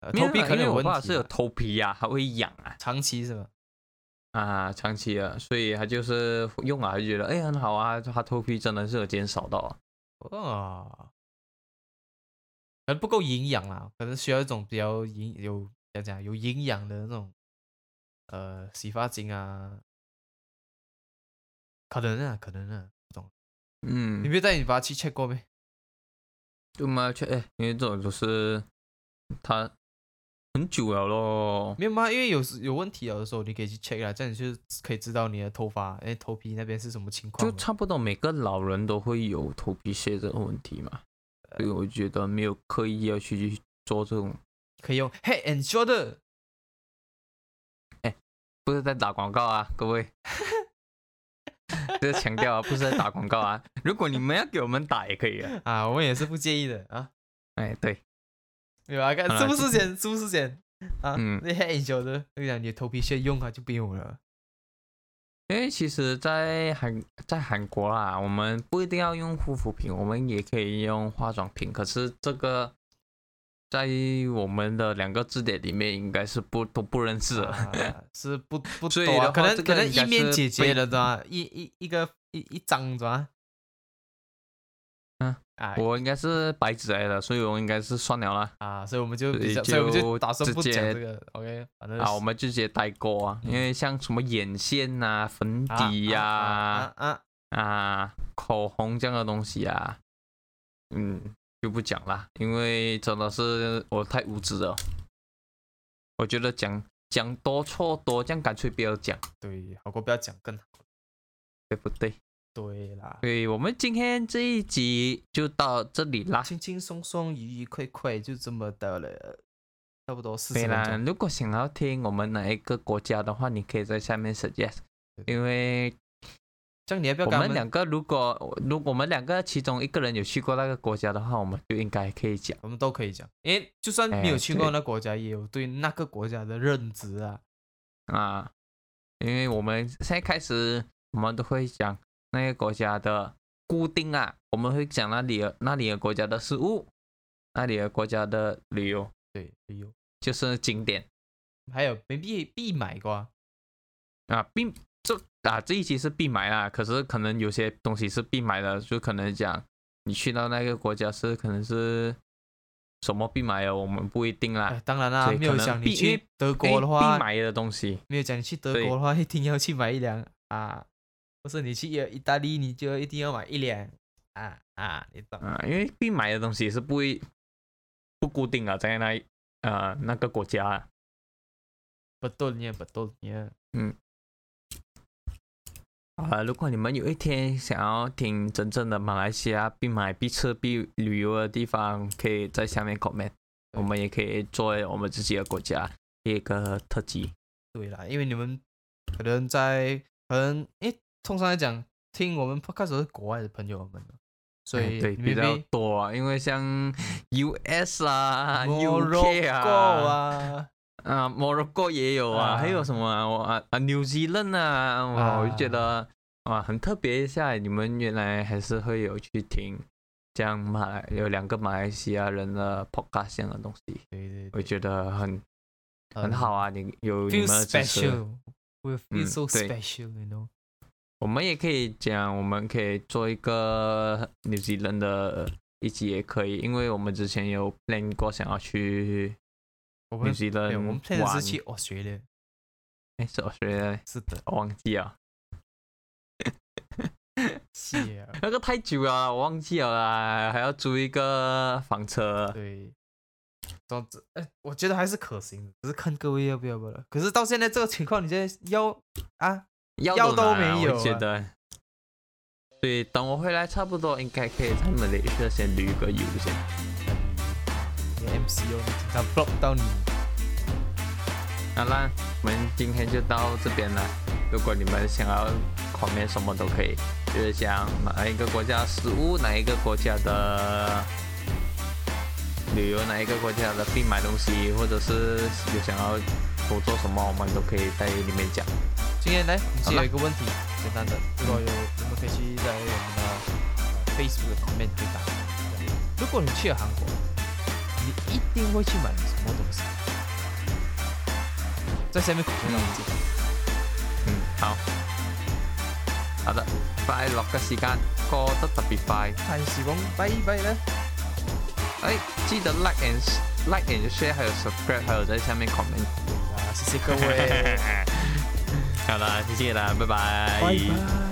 Speaker 1: 呃，
Speaker 2: 没有
Speaker 1: 头皮可
Speaker 2: 啦
Speaker 1: 能
Speaker 2: 因为
Speaker 1: 有
Speaker 2: 我
Speaker 1: 问
Speaker 2: 爸
Speaker 1: 题
Speaker 2: 是有
Speaker 1: 啊
Speaker 2: 头皮呀、啊，还会痒啊
Speaker 1: 长期是吧？
Speaker 2: 啊，长期的，所以他就是用啊，就觉得哎很好啊，他头皮真的是有减少到啊。
Speaker 1: 哦，可能不够营养啦，可能需要一种比较营有讲讲有营养的那种，呃，洗发精啊，可能啊，可能啊，不懂。你
Speaker 2: 嗯，
Speaker 1: 没有带你爸去 check 过没？
Speaker 2: 对嘛，确哎，因为这种就是他很久了咯。
Speaker 1: 没有吗？因为有时有问题有的时候你可以去 check 啦，这样你就可以知道你的头发哎头皮那边是什么情况
Speaker 2: 就
Speaker 1: 了。
Speaker 2: 差不多每个老人都会有头皮屑这个问题嘛，
Speaker 1: 呃
Speaker 2: 所以我觉得没有刻意要去去做这种，
Speaker 1: 可以用 head and shoulder。 [laughs]
Speaker 2: 不是在打广告啊，各位，这是强调啊，不是在打广告啊。如果你们要给我们打也可以啊，
Speaker 1: 啊，我们也是不介意的啊，
Speaker 2: 哎，对，
Speaker 1: 对吧？看
Speaker 2: 啊
Speaker 1: 是不是
Speaker 2: 就是
Speaker 1: 险，是不是险啊？
Speaker 2: 嗯
Speaker 1: 那 head and shoulder，我跟你讲，你的头皮屑用啊就不用了。
Speaker 2: 因为其实在，韩在韩国啦，我们不一定要用护肤品，我们也可以用化妆品。可是这个在我们的两个字典里面应该是不都不认识的。
Speaker 1: 啊是不不
Speaker 2: 所以
Speaker 1: 多啊
Speaker 2: 的
Speaker 1: 可
Speaker 2: 话
Speaker 1: 能
Speaker 2: 这
Speaker 1: 可
Speaker 2: 个
Speaker 1: 能
Speaker 2: 应
Speaker 1: 一
Speaker 2: 该
Speaker 1: 面
Speaker 2: 是
Speaker 1: 解决
Speaker 2: 被
Speaker 1: 了的啊，一一一个一一张是吧？
Speaker 2: 啊
Speaker 1: 啊
Speaker 2: 我应该是白纸来的，所以我应该是算了啦。
Speaker 1: 啊，所以我们就
Speaker 2: 所
Speaker 1: 比
Speaker 2: 以
Speaker 1: 较，所以我们就
Speaker 2: 就
Speaker 1: 打算
Speaker 2: 直
Speaker 1: 不讲
Speaker 2: 接
Speaker 1: 这个，OK？反正
Speaker 2: 啊，我们就直接代购啊，因为像什么眼线呐、粉
Speaker 1: 啊
Speaker 2: 底呀、
Speaker 1: 啊啊啊
Speaker 2: 啊，口红这样的东西啊，嗯，就不讲啦，因为真的是我太无知了。我觉得讲讲多错多，这样干脆不要讲，
Speaker 1: 对，好过不要讲更好。
Speaker 2: 对不对？
Speaker 1: 对啦，
Speaker 2: 所以我们今天这一集就到这里啦。
Speaker 1: 轻轻松松、愉愉快快，就这么的了，差不多四
Speaker 2: 对
Speaker 1: 十分
Speaker 2: 啦，
Speaker 1: 钟。
Speaker 2: 如果想要听我们哪一个国家的话，你可以在下面 suggest，因为
Speaker 1: 这样你要不要
Speaker 2: 我
Speaker 1: 跟他
Speaker 2: 们
Speaker 1: 们
Speaker 2: 两个如果如果我们两个其中一个人有去过那个国家的话，我们就应该可以讲。
Speaker 1: 我们都可以讲，因为就算没有
Speaker 2: 哎
Speaker 1: 去过
Speaker 2: 对
Speaker 1: 那国家，也有对那个国家的认知啊。
Speaker 2: 啊，因为我们现在开始，我们都会讲那个国家的固定啊，我们会讲那里的那里的国家的食物，那里的国家的旅游，
Speaker 1: 对，哎旅游
Speaker 2: 就是景点
Speaker 1: 还有没必必买瓜，
Speaker 2: 啊，并这啊这一期是必买啦，可是可能有些东西是必买的，就可能讲你去到那个国家是可能是什么必买的，我们不一定
Speaker 1: 哎
Speaker 2: 啦。，
Speaker 1: 当然啦，
Speaker 2: 啊所以
Speaker 1: 没有
Speaker 2: 可能
Speaker 1: 讲你
Speaker 2: 必因
Speaker 1: 去
Speaker 2: 为
Speaker 1: 德国的
Speaker 2: 因为
Speaker 1: 话
Speaker 2: 必，买的东西，
Speaker 1: 没有讲你去德
Speaker 2: 对
Speaker 1: 国的话，一 [laughs] 定要去买一辆啊，不是你去意意大利，你就一定要买一辆啊啊，你懂？
Speaker 2: 啊，因为必买的东西是不会不固定啊，在那一呃那个国家啊，
Speaker 1: 不懂你不懂你，
Speaker 2: 啊如果你们有一天想要听真正的马来西亚必买、必吃、必旅游的地方，可以在下面 comment，我们也可以作为我们自己的国家一个特辑。
Speaker 1: 对啦，因为你们可能在可能诶，通常来讲，听我们 podcast 都是国外的朋友们，所
Speaker 2: 哎
Speaker 1: 以
Speaker 2: 对
Speaker 1: 你
Speaker 2: 比
Speaker 1: 们
Speaker 2: 较多啊，因为像 US 啊、
Speaker 1: 摩洛
Speaker 2: UK
Speaker 1: 哥
Speaker 2: 啊、
Speaker 1: 啊，
Speaker 2: 啊摩洛哥也有
Speaker 1: 啊
Speaker 2: 啊，还有什么啊我啊啊 New Zealand 啊，哇，我就觉得哇很特别一下，你们原来还是会有去听这样马来有两个马来西亚人的 podcast 这样的东西，
Speaker 1: 对对
Speaker 2: 我
Speaker 1: 对，
Speaker 2: 觉得很很好啊，你有你
Speaker 1: 嗯 feel
Speaker 2: 们的支持，
Speaker 1: special，we
Speaker 2: 嗯
Speaker 1: feel so
Speaker 2: 对
Speaker 1: special，you know。
Speaker 2: 我们也可以讲，我们可以做一个 New Zealand 的一集也可以，因为我们之前有 plan 过想要去
Speaker 1: 我
Speaker 2: New
Speaker 1: 们
Speaker 2: Zealand
Speaker 1: 没
Speaker 2: 玩，
Speaker 1: 有，我们 plan 的是去 Australia，
Speaker 2: 诶是 Australia，
Speaker 1: 是的，
Speaker 2: 我忘记啊了。
Speaker 1: 是 [laughs] 啊，
Speaker 2: 那个太久了，我忘记了啦，还要租一个房车。
Speaker 1: 对。总之，哎，我觉得还是可行的，只是看各位要不要不了。可是到现在这个情况，你现在要啊，
Speaker 2: 要
Speaker 1: 要都
Speaker 2: 拿
Speaker 1: 没有啊
Speaker 2: 我觉得。所以等我回来，差不多应该可以在马来西亚先旅个游先。
Speaker 1: 你的 MCO 你警察 block 到你，
Speaker 2: 好啦，我们今天就到这边了。如果你们想要 comment 什么都可以，就是想哪一个国家食物，哪一个国家的旅游，哪一个国家的必买东西，或者是有想要我做什么，我们都可以在里面讲。
Speaker 1: 今天来，我们
Speaker 2: 好
Speaker 1: 是
Speaker 2: 啦
Speaker 1: 有一个问题，简单的，如果有，我们可以去在我们的呃 Facebook 的 comment 回答。如果你去了韩国，你一定会去买什么东西？在下面口头让我们知道。
Speaker 2: 嗯，好。好的，快樂嘅時間過得特別快，
Speaker 1: 但是講拜拜啦，
Speaker 2: 哎，記得 like and like and share，還有 subscribe，還有在下面 comment。
Speaker 1: [laughs] 啊，謝謝各位，
Speaker 2: 好啦，謝謝啦，拜
Speaker 1: 拜拜。